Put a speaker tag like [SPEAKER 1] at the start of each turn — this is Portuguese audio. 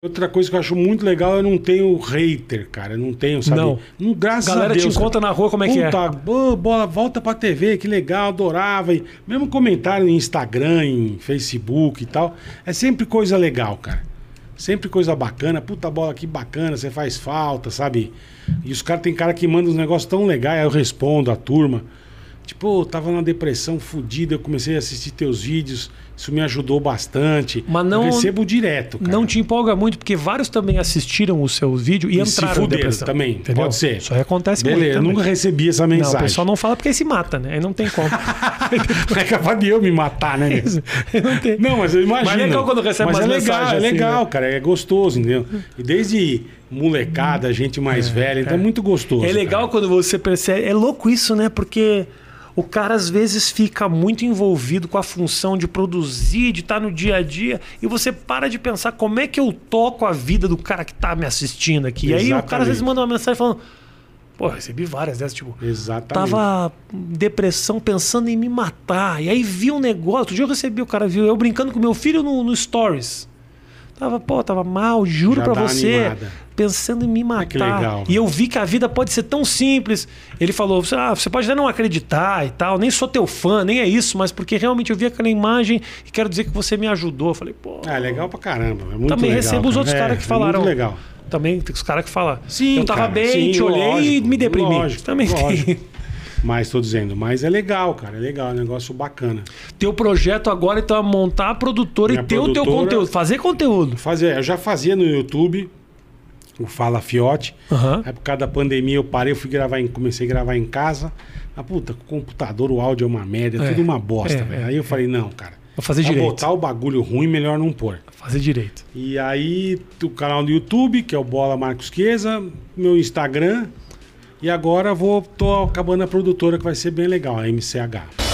[SPEAKER 1] Outra coisa que eu acho muito legal, eu não tenho hater, cara. Eu não tenho, sabe?
[SPEAKER 2] Não.
[SPEAKER 1] graças a
[SPEAKER 2] Galera
[SPEAKER 1] Deus.
[SPEAKER 2] te encontra na rua, como é que é?
[SPEAKER 1] Puta, pô, bola, volta pra TV, que legal, adorava. E mesmo comentário em Instagram, em Facebook e tal. É sempre coisa legal, cara. Sempre coisa bacana. Puta bola, que bacana, você faz falta, sabe? E os caras, tem cara que manda uns negócios tão legais, aí eu respondo a turma. Tipo, "Ô, eu tava numa depressão fodida, eu comecei a assistir teus vídeos, isso me ajudou bastante.
[SPEAKER 2] Mas não-
[SPEAKER 1] Eu recebo direto, cara.
[SPEAKER 2] Não te empolga muito, porque vários também assistiram o seu vídeo e,
[SPEAKER 1] E se
[SPEAKER 2] entraram em
[SPEAKER 1] fuderam
[SPEAKER 2] depressão.
[SPEAKER 1] também, pode ser.
[SPEAKER 2] Isso aí acontece
[SPEAKER 1] Beleza, eu
[SPEAKER 2] muito. também.
[SPEAKER 1] nunca recebi essa mensagem.
[SPEAKER 2] Não, o pessoal não fala porque aí se mata, né? Aí não tem como.
[SPEAKER 1] É capaz de eu me matar, né? meu?
[SPEAKER 2] não tem.
[SPEAKER 1] Não, mas eu imagino.
[SPEAKER 2] Mas é legal quando recebe
[SPEAKER 1] Mas
[SPEAKER 2] umas
[SPEAKER 1] é legal,
[SPEAKER 2] mensagens
[SPEAKER 1] é
[SPEAKER 2] assim,
[SPEAKER 1] legal, cara. É gostoso, entendeu? E desde molecada, gente mais velha, então é muito gostoso.
[SPEAKER 2] É legal quando você percebe. É louco isso, né? Porque o cara às vezes fica muito envolvido com a função de produzir, de estar no dia a dia, e você para de pensar como é que eu toco a vida do cara que tá me assistindo aqui. E aí o cara às vezes
[SPEAKER 1] Exatamente.
[SPEAKER 2] manda uma mensagem falando. Pô, recebi várias dessas, tipo.
[SPEAKER 1] Cara. Exatamente.
[SPEAKER 2] Tava em depressão pensando em me matar. E aí vi um negócio. Outro dia eu recebi, o cara viu eu brincando com meu filho no, no Stories. Tava, pô, tava mal, juro
[SPEAKER 1] Já
[SPEAKER 2] pra
[SPEAKER 1] dá
[SPEAKER 2] você.
[SPEAKER 1] animada. Ah,
[SPEAKER 2] Pensando em me matar.
[SPEAKER 1] que legal,
[SPEAKER 2] E eu vi que a vida pode ser tão simples. Ele falou: ah, você pode até não acreditar e tal, nem sou teu fã, nem é isso, mas porque realmente eu vi aquela imagem e quero dizer que você me ajudou. Eu falei, pô.
[SPEAKER 1] Ah, é legal pra caramba. É muito
[SPEAKER 2] Também
[SPEAKER 1] legal,
[SPEAKER 2] recebo os
[SPEAKER 1] cara.
[SPEAKER 2] outros
[SPEAKER 1] É,
[SPEAKER 2] caras que
[SPEAKER 1] é
[SPEAKER 2] falaram.
[SPEAKER 1] muito legal.
[SPEAKER 2] Também tem os caras que falam.
[SPEAKER 1] Sim,
[SPEAKER 2] eu tava
[SPEAKER 1] cara,
[SPEAKER 2] bem,
[SPEAKER 1] sim,
[SPEAKER 2] te olhei e
[SPEAKER 1] lógico,
[SPEAKER 2] me deprimi.
[SPEAKER 1] lógico,
[SPEAKER 2] Também tem.
[SPEAKER 1] lógico. Mas tô dizendo, mas é legal, cara. É legal, é um negócio bacana.
[SPEAKER 2] Teu projeto agora então é montar a produtora
[SPEAKER 1] Minha
[SPEAKER 2] e ter o teu
[SPEAKER 1] produtora-
[SPEAKER 2] conteúdo, fazer conteúdo.
[SPEAKER 1] Fazer, eu já fazia no YouTube o Fala Fiote.
[SPEAKER 2] Aham.
[SPEAKER 1] Aí por causa da pandemia eu parei, eu fui gravar em, comecei a gravar em casa. Ah, puta, com o computador, o áudio é uma merda, é,
[SPEAKER 2] É,
[SPEAKER 1] tudo uma bosta,
[SPEAKER 2] é,
[SPEAKER 1] velho.
[SPEAKER 2] é,
[SPEAKER 1] Aí eu falei, não, cara.
[SPEAKER 2] Vou fazer
[SPEAKER 1] pra
[SPEAKER 2] direito.
[SPEAKER 1] É botar o bagulho ruim, melhor não pôr.
[SPEAKER 2] Fazer direito.
[SPEAKER 1] E aí, o canal do YouTube, que é o Bola Marcos Queza, meu Instagram. E agora vou, tô acabando a produtora, que vai ser bem legal, a MCH.